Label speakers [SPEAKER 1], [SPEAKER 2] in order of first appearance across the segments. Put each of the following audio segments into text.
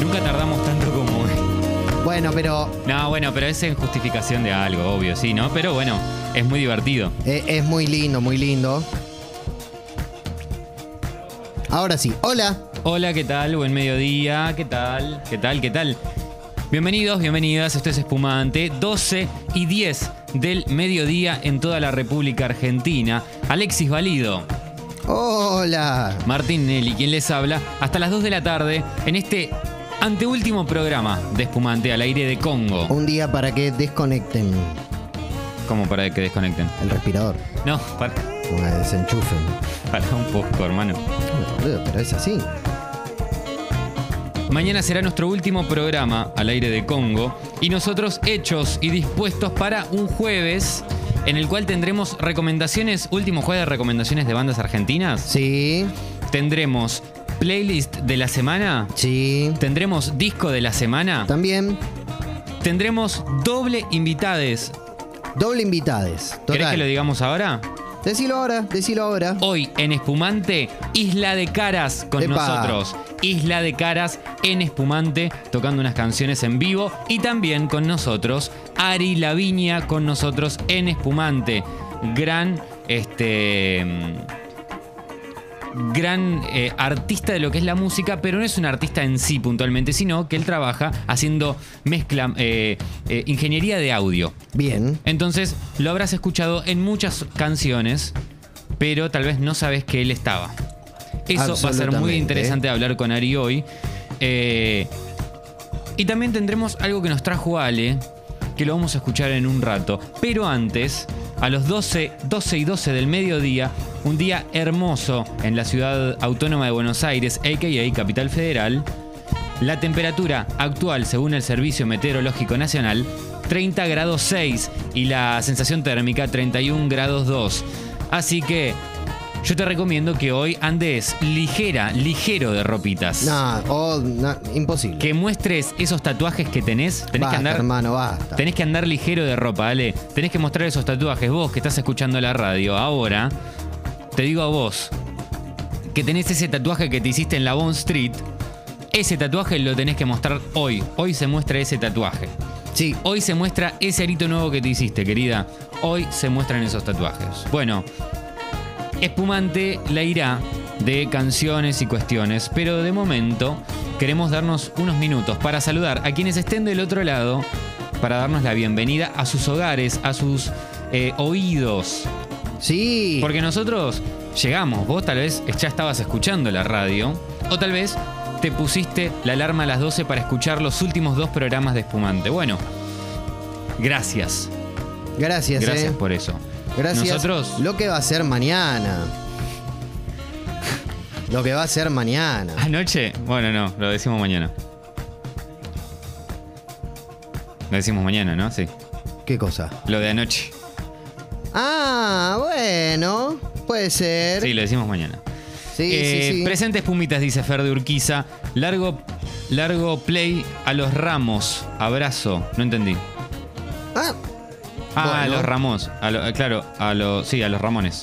[SPEAKER 1] Nunca tardamos tanto como hoy.
[SPEAKER 2] Bueno, pero
[SPEAKER 1] No, bueno, pero es en justificación de algo, obvio, sí, ¿no? Pero bueno, es muy divertido.
[SPEAKER 2] eh, es muy lindo, muy lindo. Ahora sí, hola.
[SPEAKER 1] Hola, ¿qué tal? Buen mediodía, ¿qué tal? ¿Qué tal? ¿Qué tal? Bienvenidos, bienvenidas, esto es Espumante, 12 y 10 del mediodía en toda la República Argentina. Alexis Valido,
[SPEAKER 2] Hola.
[SPEAKER 1] Martín Nelly, quien les habla, hasta las 2 de la tarde en este anteúltimo programa de Espumante al aire de Congo.
[SPEAKER 2] Un día para que desconecten
[SPEAKER 1] Como para que desconecten.
[SPEAKER 2] el respirador,
[SPEAKER 1] No, para,
[SPEAKER 2] o que desenchufen.
[SPEAKER 1] para un poco, hermano.
[SPEAKER 2] Bueno, boludo, Pero es así.
[SPEAKER 1] Mañana será nuestro último programa al aire de Congo y nosotros hechos y dispuestos para un jueves en el cual tendremos recomendaciones, último jueves de recomendaciones de bandas argentinas.
[SPEAKER 2] Sí,
[SPEAKER 1] Tendremos playlist de la semana,
[SPEAKER 2] sí.
[SPEAKER 1] tendremos disco de la semana,
[SPEAKER 2] También
[SPEAKER 1] tendremos doble invitades.
[SPEAKER 2] doble invitades.
[SPEAKER 1] ¿Querés que lo
[SPEAKER 2] Total.
[SPEAKER 1] digamos ahora?
[SPEAKER 2] Decilo ahora, decilo ahora.
[SPEAKER 1] Hoy en Espumante, Isla de Caras con
[SPEAKER 2] Epa.
[SPEAKER 1] nosotros. Isla de Caras en Espumante, tocando unas canciones en vivo. Y también con nosotros, Ari Laviña con nosotros en Espumante. Gran, este. mm, Gran eh, artista de lo que es la música, pero no es un artista en sí puntualmente, sino que él trabaja haciendo mezcla, eh, eh, ingeniería de audio.
[SPEAKER 2] Bien.
[SPEAKER 1] Entonces lo habrás escuchado en muchas canciones, pero tal vez no sabes que él estaba. Eso va a ser muy
[SPEAKER 2] Absolutamente.
[SPEAKER 1] interesante hablar con Ari hoy. Eh, y también tendremos algo que nos trajo Ale, que lo vamos a escuchar en un rato. Pero antes, a los 12, 12 y 12 del mediodía, un día hermoso en la ciudad autónoma de Buenos Aires, a.k.a. Capital Federal, la temperatura actual, según el Servicio Meteorológico Nacional, 30 grados 6 y la sensación térmica 31 grados 2. Así que yo te recomiendo que hoy andes ligera, ligero de ropitas.
[SPEAKER 2] No, oh, no, imposible.
[SPEAKER 1] Que muestres esos tatuajes que tenés. Tenés que
[SPEAKER 2] basta,
[SPEAKER 1] andar.
[SPEAKER 2] hermano, basta.
[SPEAKER 1] Tenés que andar ligero de ropa, Ale. Tenés que mostrar esos tatuajes. Vos que estás escuchando la radio ahora, te digo a vos que tenés ese tatuaje que te hiciste en la Bond Street. Ese tatuaje lo tenés que mostrar hoy. Hoy se muestra ese tatuaje.
[SPEAKER 2] Sí,
[SPEAKER 1] Hoy se muestra ese arito nuevo que te hiciste, querida. Hoy se muestran esos tatuajes. Bueno, espumante la irá de canciones y cuestiones, pero de momento queremos darnos unos minutos para saludar a quienes estén del otro lado, para darnos la bienvenida a sus hogares, a sus eh, oídos.
[SPEAKER 2] sí.
[SPEAKER 1] Porque nosotros llegamos, vos tal vez ya estabas escuchando la radio, o tal vez te pusiste la alarma a las 12 para escuchar los últimos dos programas de Espumante. Bueno, gracias.
[SPEAKER 2] Gracias,
[SPEAKER 1] Gracias
[SPEAKER 2] eh.
[SPEAKER 1] por eso.
[SPEAKER 2] Gracias.
[SPEAKER 1] Nosotros,
[SPEAKER 2] Lo que va a ser mañana. Lo que va a ser mañana.
[SPEAKER 1] anoche, bueno, no, lo decimos mañana. Lo decimos mañana, ¿no? Sí.
[SPEAKER 2] ¿Qué cosa?
[SPEAKER 1] Lo de anoche.
[SPEAKER 2] Ah, bueno. Puede ser.
[SPEAKER 1] Sí,
[SPEAKER 2] Sí,
[SPEAKER 1] lo decimos mañana.
[SPEAKER 2] sí,
[SPEAKER 1] Eh,
[SPEAKER 2] sí.
[SPEAKER 1] Presentes pumitas, dice Fer de Urquiza. Largo, largo play a los ramos. Abrazo. No entendí.
[SPEAKER 2] Ah,
[SPEAKER 1] Ah, a
[SPEAKER 2] Bueno.
[SPEAKER 1] los Ramos. A lo- eh, claro, a los. Sí, a los Ramones.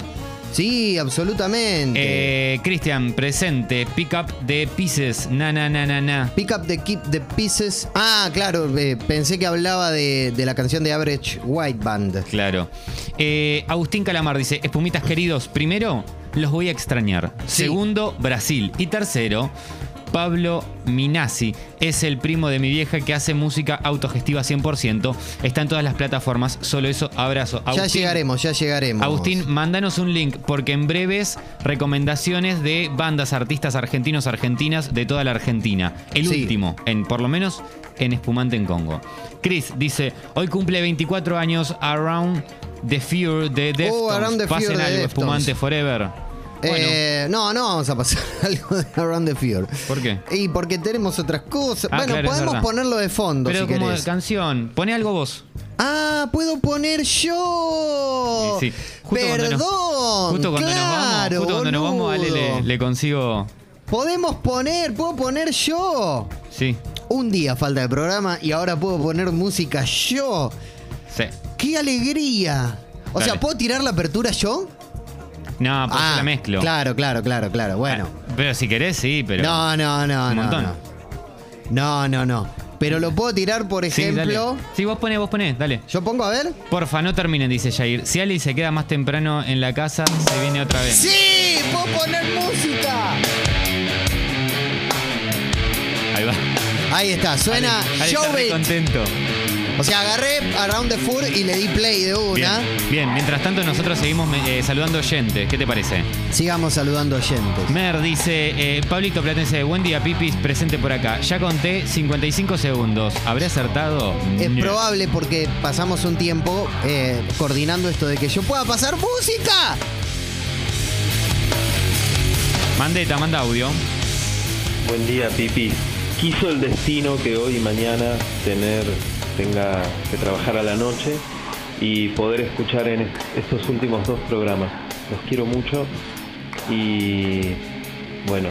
[SPEAKER 2] sí, absolutamente.
[SPEAKER 1] Eh, Cristian, presente. Pick up de Pieces. Na, na, na, na, na.
[SPEAKER 2] Pick up the keep the pieces. Ah, claro, eh, pensé que hablaba de, de la canción de Average White Band.
[SPEAKER 1] Claro. Eh, Agustín Calamar dice: Espumitas queridos, primero, los voy a extrañar.
[SPEAKER 2] Sí.
[SPEAKER 1] Segundo, Brasil. Y tercero. Pablo Minasi es el primo de mi vieja que hace música autogestiva 100%. Está en todas las plataformas. Solo eso, abrazo.
[SPEAKER 2] Ya
[SPEAKER 1] Agustín,
[SPEAKER 2] llegaremos, ya llegaremos.
[SPEAKER 1] Agustín, mándanos un link porque en breves recomendaciones de bandas, artistas argentinos, argentinas de toda la Argentina. El
[SPEAKER 2] Sí.
[SPEAKER 1] último, en, por lo menos en Espumante en Congo. Chris dice, hoy cumple 24 años Around the Fear de Deftones.
[SPEAKER 2] Oh, Around the
[SPEAKER 1] Pasen
[SPEAKER 2] Fear de
[SPEAKER 1] algo,
[SPEAKER 2] Deftones.
[SPEAKER 1] Espumante Forever. Bueno,
[SPEAKER 2] Eh, no, no vamos a pasar algo de Around the Fear.
[SPEAKER 1] ¿por qué?
[SPEAKER 2] Y porque tenemos otras cosas.
[SPEAKER 1] Ah,
[SPEAKER 2] bueno,
[SPEAKER 1] claro, es
[SPEAKER 2] podemos
[SPEAKER 1] verdad.
[SPEAKER 2] ponerlo de fondo
[SPEAKER 1] Pero
[SPEAKER 2] si
[SPEAKER 1] como
[SPEAKER 2] querés.
[SPEAKER 1] canción, pone algo vos.
[SPEAKER 2] Ah, puedo poner yo.
[SPEAKER 1] Sí, sí. Justo cuando
[SPEAKER 2] Oh, Perdón.
[SPEAKER 1] nos- Justo cuando nos vamos,
[SPEAKER 2] claro,
[SPEAKER 1] justo cuando nos vamos, Ale, le,
[SPEAKER 2] boludo.
[SPEAKER 1] le consigo.
[SPEAKER 2] Podemos poner, puedo poner yo.
[SPEAKER 1] Sí,
[SPEAKER 2] Un día falta de programa y ahora puedo poner música yo.
[SPEAKER 1] sí.
[SPEAKER 2] ¡Qué alegría! O
[SPEAKER 1] Dale.
[SPEAKER 2] sea, ¿puedo tirar la apertura yo? Ah,
[SPEAKER 1] No, pues la mezclo. Ah,
[SPEAKER 2] Claro, claro, claro, claro. Bueno.
[SPEAKER 1] Pero si querés, sí, pero.
[SPEAKER 2] no, no, no,
[SPEAKER 1] un
[SPEAKER 2] no,
[SPEAKER 1] montón.
[SPEAKER 2] no. No, no, no. Pero lo puedo tirar, por
[SPEAKER 1] Sí,
[SPEAKER 2] ejemplo.
[SPEAKER 1] dale. Sí, vos ponés, vos ponés, dale.
[SPEAKER 2] Yo pongo a ver.
[SPEAKER 1] Porfa, no terminen, dice Jair. Si Ali se queda más temprano en la casa, se viene otra vez.
[SPEAKER 2] ¡Sí! ¡Puedo poner música!
[SPEAKER 1] Ahí va.
[SPEAKER 2] Ahí está, suena
[SPEAKER 1] Ali- Ali está re
[SPEAKER 2] Show It.
[SPEAKER 1] contento.
[SPEAKER 2] O sea, agarré Around the Fur y le di play de
[SPEAKER 1] Bien.
[SPEAKER 2] una.
[SPEAKER 1] Bien, mientras tanto nosotros seguimos eh, saludando oyentes. ¿Qué te parece?
[SPEAKER 2] Sigamos saludando oyentes.
[SPEAKER 1] Mer dice, eh, Pablito Platense, buen día Pipis, presente por acá. Ya conté 55 segundos. ¿Habré acertado? Mm,
[SPEAKER 2] Es
[SPEAKER 1] No.
[SPEAKER 2] probable porque pasamos un tiempo eh, coordinando esto de que yo pueda pasar música.
[SPEAKER 1] Mandeta, manda audio.
[SPEAKER 3] Buen día, Pipi. Quiso el destino que hoy y mañana tener, tenga que trabajar a la noche y poder escuchar en est- estos últimos dos programas. Los quiero mucho y bueno,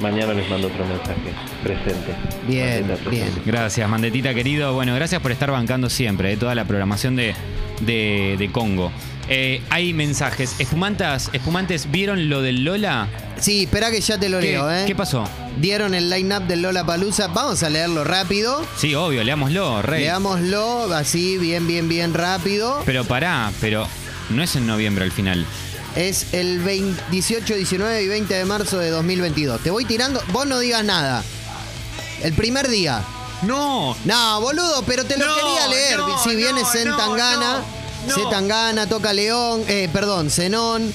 [SPEAKER 3] mañana les mando otro mensaje. Presente.
[SPEAKER 2] Bien,
[SPEAKER 3] Atenta, presente.
[SPEAKER 2] bien.
[SPEAKER 1] Gracias, Mandetita querido. Bueno, gracias por estar bancando siempre eh, toda la programación de, de- de Congo. Eh, hay mensajes. Espumantas, espumantes, ¿vieron lo del Lola?
[SPEAKER 2] Sí, espera que ya te lo
[SPEAKER 1] ¿Qué,
[SPEAKER 2] leo, ¿eh?
[SPEAKER 1] qué pasó?
[SPEAKER 2] Dieron el line-up de Lola Palusa. Vamos a leerlo rápido.
[SPEAKER 1] Sí, obvio, leámoslo, rey.
[SPEAKER 2] Leámoslo así, bien, bien, bien rápido.
[SPEAKER 1] Pero pará, pero no es en noviembre al final.
[SPEAKER 2] Es el 20 18, 19 y 20 de marzo de 2022. Te voy tirando. Vos no digas nada. El primer día.
[SPEAKER 1] ¡No!
[SPEAKER 2] No, boludo, pero te lo
[SPEAKER 1] No,
[SPEAKER 2] quería leer.
[SPEAKER 1] no,
[SPEAKER 2] si viene
[SPEAKER 1] no,
[SPEAKER 2] Zen
[SPEAKER 1] no,
[SPEAKER 2] Tangana,
[SPEAKER 1] no, no.
[SPEAKER 2] Zen Tangana, toca León, eh, perdón, Zenón,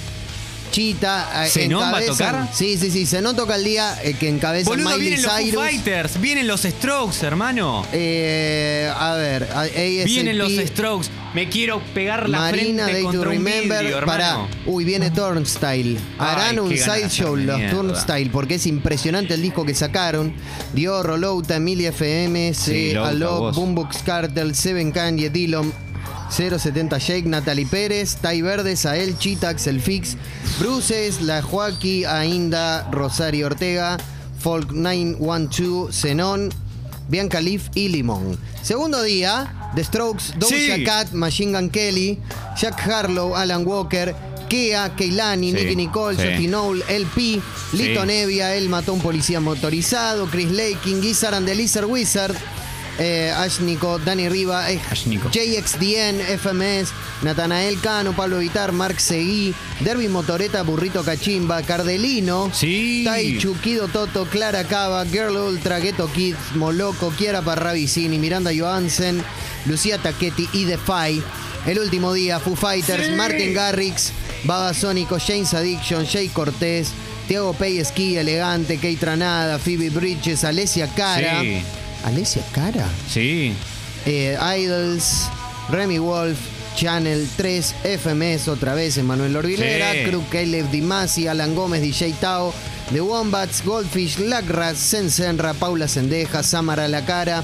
[SPEAKER 2] Chita. eh,
[SPEAKER 1] ¿Zenón va a
[SPEAKER 2] encabezan-
[SPEAKER 1] tocar?
[SPEAKER 2] Sí, sí, sí, Zenón toca el día eh, que encabeza
[SPEAKER 1] Boludo,
[SPEAKER 2] Miley
[SPEAKER 1] vienen los Foo
[SPEAKER 2] Cyrus.
[SPEAKER 1] Fighters, vienen los Strokes, hermano.
[SPEAKER 2] Eh, a ver, a- ASAP,
[SPEAKER 1] Vienen los Strokes. Me quiero pegar la
[SPEAKER 2] Marina,
[SPEAKER 1] frente
[SPEAKER 2] Day to
[SPEAKER 1] contra un vidrio,
[SPEAKER 2] Remember.
[SPEAKER 1] hermano.
[SPEAKER 2] Pará. Uy, viene Turnstile. Harán
[SPEAKER 1] qué
[SPEAKER 2] un
[SPEAKER 1] ganas de
[SPEAKER 2] sideshow
[SPEAKER 1] hacerme
[SPEAKER 2] los
[SPEAKER 1] mierda.
[SPEAKER 2] Turnstile porque es impresionante el disco que sacaron. Dior, Rolouta, Emilia FM,
[SPEAKER 1] Sí,
[SPEAKER 2] C,
[SPEAKER 1] Louta,
[SPEAKER 2] eh, Alok,
[SPEAKER 1] vos.
[SPEAKER 2] Boombox Cartel, Seven Kanye, Dillom. 070 Jake, Natalie Pérez, Tai Verdes, Ael, Chitax, El Fix, Bruces, La Joaquí, Ainda, Rosario Ortega, Folk 912, Zenón, Bianca Leaf y Limón. Segundo día, The Strokes, Doja
[SPEAKER 1] Sí.
[SPEAKER 2] Cat, Machine Gun Kelly, Jack Harlow, Alan Walker, Kea, Keilani,
[SPEAKER 1] Sí,
[SPEAKER 2] Nicky Nicole,
[SPEAKER 1] sí.
[SPEAKER 2] Sophie Knowles, LP, Lito
[SPEAKER 1] Sí.
[SPEAKER 2] Nevia, él mató a un policía motorizado, Chris Laking, Guizaran de Lizard Wizard, eh, Ashnico, Dani Riva, eh,
[SPEAKER 1] Ashnico.
[SPEAKER 2] JXDN, FMS, Natanael Cano, Pablo Vitar, Mark Seguí, Derby Motoreta, Burrito Cachimba, Cardelino,
[SPEAKER 1] Sí.
[SPEAKER 2] Taichu, Kido Toto, Clara Cava, Girl Ultra, Ghetto Kids, Moloco, Kiara Parravicini, Miranda Johansen, Lucía Taquetti y Defy. El último día, Foo Fighters, Martin Garrix, Babasónico, James Addiction, Jay Cortés, Tiago Peyeski, Elegante, Kate Tranada, Phoebe Bridges, Alesia Cara.
[SPEAKER 1] Sí.
[SPEAKER 2] ¿Alesia Cara?
[SPEAKER 1] Sí.
[SPEAKER 2] Eh, Idols, Remy Wolf, Channel 3, FMS otra vez, Emanuel Orvilera,
[SPEAKER 1] Sí.
[SPEAKER 2] Krug, Caleb Dimasi, Alan Gómez, DJ Tao, The Wombats, Goldfish, Lacra, Sensenra, Paula Sendeja, Samara Lacara,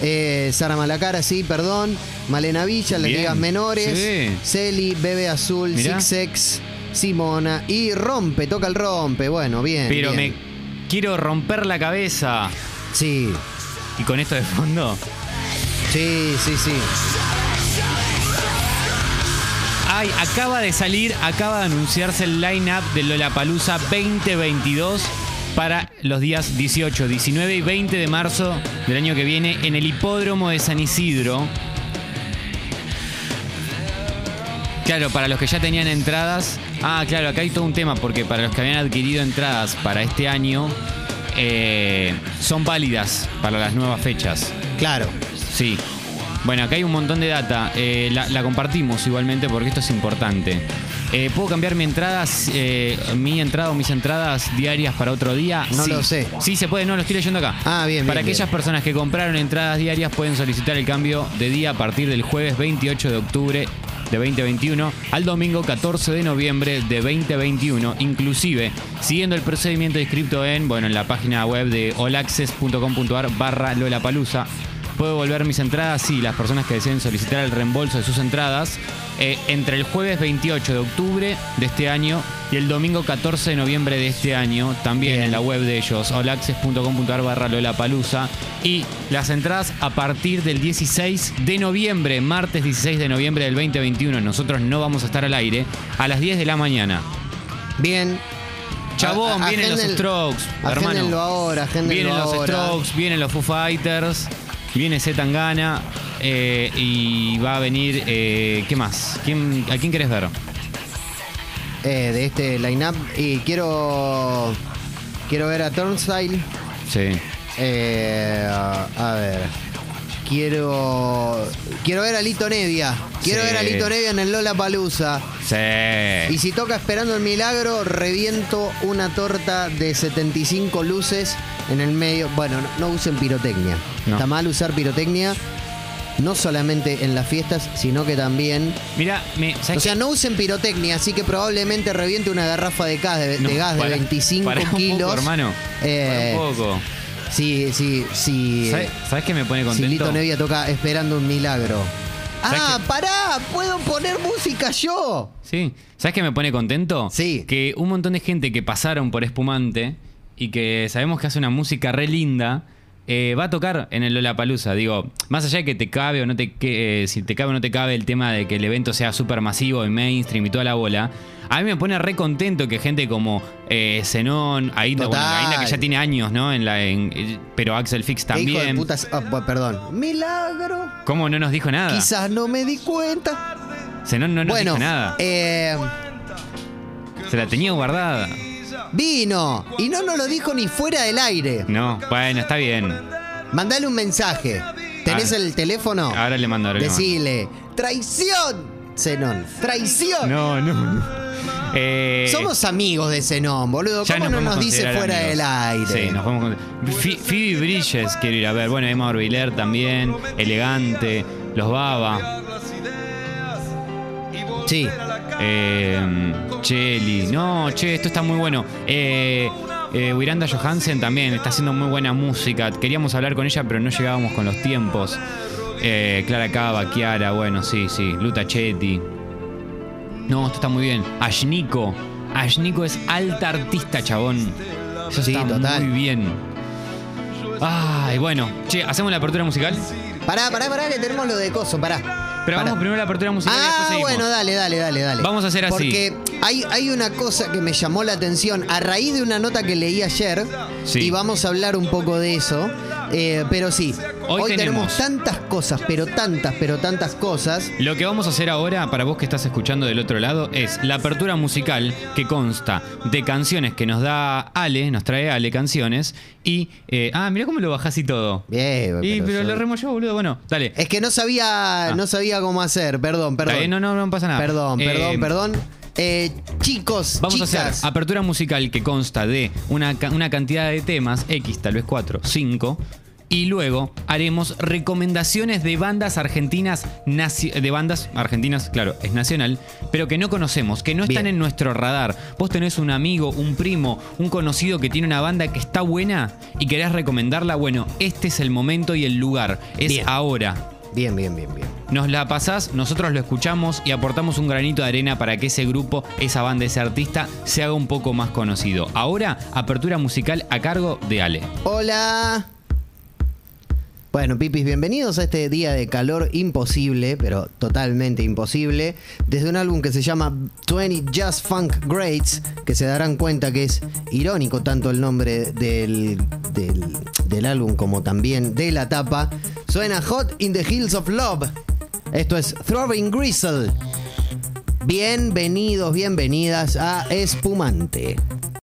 [SPEAKER 2] eh, Sara Malacara, sí, perdón, Malena Villa, Las
[SPEAKER 1] Bien.
[SPEAKER 2] Ligas Menores,
[SPEAKER 1] Sí.
[SPEAKER 2] Celi, Bebe Azul,
[SPEAKER 1] Mirá.
[SPEAKER 2] Sixex, Simona y Rompe, toca el Rompe, bueno, bien.
[SPEAKER 1] Pero
[SPEAKER 2] bien.
[SPEAKER 1] me quiero romper la cabeza.
[SPEAKER 2] Sí,
[SPEAKER 1] Y con esto de fondo.
[SPEAKER 2] sí, sí, sí.
[SPEAKER 1] Ay, acaba de salir, acaba de anunciarse el line-up de Lollapalooza 2022 para los días 18, 19 y 20 de marzo del año que viene en el Hipódromo de San Isidro. Claro, para los que ya tenían entradas. Ah, claro, acá hay todo un tema, porque para los que habían adquirido entradas para este año, eh, son válidas para las nuevas fechas.
[SPEAKER 2] Claro.
[SPEAKER 1] Sí. Bueno, acá hay un montón de data. Eh, la, la compartimos igualmente porque esto es importante. Eh, ¿Puedo cambiar mi entrada, eh, mi entrada o mis entradas diarias para otro día?
[SPEAKER 2] No
[SPEAKER 1] Sí.
[SPEAKER 2] lo sé.
[SPEAKER 1] Sí, se puede, no, lo estoy leyendo acá.
[SPEAKER 2] Ah, bien, bien,
[SPEAKER 1] Para
[SPEAKER 2] bien.
[SPEAKER 1] aquellas personas que compraron entradas diarias pueden solicitar el cambio de día a partir del jueves 28 de octubre de 2021 al domingo 14 de noviembre de 2021, inclusive siguiendo el procedimiento inscripto en, bueno, en la página web de olaccess.com.ar barra Lollapalooza. Puedo volver mis entradas, sí, las personas que deseen solicitar el reembolso de sus entradas eh, entre el jueves 28 de octubre de este año y el domingo 14 de noviembre de este año, también en la web de ellos, olaccess.com.ar barra Lollapalooza. Y las entradas a partir del 16 de noviembre, martes 16 de noviembre del 2021, nosotros no vamos a estar al aire, a las 10 de la mañana.
[SPEAKER 2] Bien.
[SPEAKER 1] Chabón,
[SPEAKER 2] A- a-
[SPEAKER 1] vienen los
[SPEAKER 2] agenden-
[SPEAKER 1] Strokes,
[SPEAKER 2] agéndenlo
[SPEAKER 1] hermano.
[SPEAKER 2] ahora, agéndenlo
[SPEAKER 1] Vienen los
[SPEAKER 2] ahora.
[SPEAKER 1] Strokes, vienen los Foo Fighters, viene Zetangana eh, y va a venir. eh, ¿Qué más? ¿Quién- ¿A quién querés ver?
[SPEAKER 2] eh, de este line-up. Y quiero. Quiero ver a Turnstile.
[SPEAKER 1] Sí.
[SPEAKER 2] Eh, a ver. Quiero. Quiero ver a Lito Nevia. Quiero
[SPEAKER 1] Sí. Eh.
[SPEAKER 2] ver a Lito Nevia en el Lola Palusa.
[SPEAKER 1] Sí.
[SPEAKER 2] Y si toca esperando el milagro, reviento una torta de 75 luces en el medio. Bueno, no, no usen pirotecnia.
[SPEAKER 1] No.
[SPEAKER 2] Está mal usar pirotecnia, no solamente en las fiestas, sino que también.
[SPEAKER 1] Mira, me. ¿sabes
[SPEAKER 2] O sea,
[SPEAKER 1] qué?
[SPEAKER 2] no usen pirotecnia, así que probablemente reviente una garrafa de gas de, de
[SPEAKER 1] No,
[SPEAKER 2] gas de
[SPEAKER 1] pará,
[SPEAKER 2] 25
[SPEAKER 1] pará un poco,
[SPEAKER 2] kilos.
[SPEAKER 1] hermano.
[SPEAKER 2] Eh,
[SPEAKER 1] Pará un poco.
[SPEAKER 2] Sí, sí, sí. Eh,
[SPEAKER 1] ¿Sabes, ¿sabes qué me pone
[SPEAKER 2] Si
[SPEAKER 1] contento?
[SPEAKER 2] Lito Nevia toca esperando un milagro.
[SPEAKER 1] ¿Sabes
[SPEAKER 2] Ah,
[SPEAKER 1] qué?
[SPEAKER 2] pará, puedo poner música yo.
[SPEAKER 1] Sí. ¿Sabes qué me pone contento?
[SPEAKER 2] Sí.
[SPEAKER 1] Que un montón de gente que pasaron por Espumante y que sabemos que hace una música re linda. eh, va a tocar en el Lollapalooza, digo, más allá de que te cabe o no te que, eh, si te cabe o no te cabe el tema de que el evento sea súper masivo y mainstream y toda la bola, a mí me pone re contento que gente como eh, Zenón, Aida, bueno,
[SPEAKER 2] Total.
[SPEAKER 1] Aida que ya tiene años, ¿no? En la, en- eh, pero Axel Fix
[SPEAKER 2] Qué
[SPEAKER 1] también.
[SPEAKER 2] Hijo de putas. Ah, bu- perdón. Milagro.
[SPEAKER 1] ¿Cómo no nos dijo nada?
[SPEAKER 2] Quizás no me di cuenta.
[SPEAKER 1] Zenón Ah. no nos
[SPEAKER 2] bueno,
[SPEAKER 1] dijo nada.
[SPEAKER 2] eh,
[SPEAKER 1] Se la tenía guardada.
[SPEAKER 2] vino y no nos lo dijo ni fuera del aire.
[SPEAKER 1] No, bueno, está bien.
[SPEAKER 2] Mandale un mensaje. ¿Tenés
[SPEAKER 1] Ah.
[SPEAKER 2] el teléfono?
[SPEAKER 1] Ahora le mando ahora le mando.
[SPEAKER 2] Decile. ¡Traición! Zenón. ¡Traición!
[SPEAKER 1] No, no. no. Eh,
[SPEAKER 2] Somos amigos de Zenón, boludo.
[SPEAKER 1] ya
[SPEAKER 2] ¿Cómo no
[SPEAKER 1] podemos
[SPEAKER 2] nos dice
[SPEAKER 1] considerar
[SPEAKER 2] fuera
[SPEAKER 1] amigos.
[SPEAKER 2] del aire?
[SPEAKER 1] Sí, nos podemos con- Fi- Phoebe Bridges quiero ir a ver. Bueno, Emma Orbiler también. Elegante. Los Baba.
[SPEAKER 2] Sí.
[SPEAKER 1] Eh, Cheli. No, che, esto está muy bueno. Eh, eh, Wiranda Johansen también está haciendo muy buena música. Queríamos hablar con ella, pero no llegábamos con los tiempos. Eh, Clara Cava, Chiara, bueno, sí, sí. Luta Chetti. No, esto está muy bien. Ashnico. Ashnico es alta artista, chabón. Eso
[SPEAKER 2] Sí,
[SPEAKER 1] está
[SPEAKER 2] total.
[SPEAKER 1] muy bien. Ay, bueno. Che, ¿hacemos la apertura musical?
[SPEAKER 2] Pará, pará, pará, que tenemos lo de coso, pará.
[SPEAKER 1] Pero
[SPEAKER 2] Pará.
[SPEAKER 1] vamos primero la apertura musical y después
[SPEAKER 2] Ah,
[SPEAKER 1] seguimos.
[SPEAKER 2] bueno, dale, dale, dale, dale.
[SPEAKER 1] Vamos a hacer así.
[SPEAKER 2] Porque hay, hay una cosa que me llamó la atención a raíz de una nota que leí ayer
[SPEAKER 1] Sí.
[SPEAKER 2] y vamos a hablar un poco de eso. Eh, pero sí,
[SPEAKER 1] Hoy tenemos-
[SPEAKER 2] tenemos tantas cosas, pero tantas, pero tantas cosas.
[SPEAKER 1] Lo que vamos a hacer ahora, para vos que estás escuchando del otro lado, es la apertura musical que consta de canciones que nos da Ale, nos trae Ale canciones, y... eh, ah, mirá cómo lo bajás y todo.
[SPEAKER 2] Bien,
[SPEAKER 1] y,
[SPEAKER 2] pero
[SPEAKER 1] pero
[SPEAKER 2] yo-
[SPEAKER 1] lo remo yo, boludo. Bueno, dale.
[SPEAKER 2] Es que no sabía, no sabía cómo hacer, perdón,
[SPEAKER 1] Ah. Está
[SPEAKER 2] perdón.
[SPEAKER 1] bien, No, no, no pasa nada.
[SPEAKER 2] Perdón,
[SPEAKER 1] Eh,
[SPEAKER 2] perdón, perdón. Eh, chicos,
[SPEAKER 1] Vamos
[SPEAKER 2] chicas,
[SPEAKER 1] a hacer apertura musical que consta de una, ca- una cantidad de temas, X, tal vez 4, 5, y luego haremos recomendaciones de bandas argentinas, naci- de bandas argentinas, claro, es nacional, pero que no conocemos, que no están
[SPEAKER 2] Bien.
[SPEAKER 1] en nuestro radar. Vos tenés un amigo, un primo, un conocido que tiene una banda que está buena y querés recomendarla, bueno, este es el momento y el lugar, es
[SPEAKER 2] Bien.
[SPEAKER 1] ahora.
[SPEAKER 2] Bien, bien, bien, bien.
[SPEAKER 1] Nos la pasás, nosotros lo escuchamos y aportamos un granito de arena para que ese grupo, esa banda, ese artista se haga un poco más conocido. Ahora, apertura musical a cargo de Ale.
[SPEAKER 2] Hola. Bueno, Pipis, bienvenidos a este día de calor imposible, pero totalmente imposible, desde un álbum que se llama 20 Just Funk Greats, que se darán cuenta que es irónico tanto el nombre del, del, del álbum como también de la tapa. Suena Hot in the Hills of Love. Esto es Throbbing Gristle. Bienvenidos, bienvenidas a Espumante.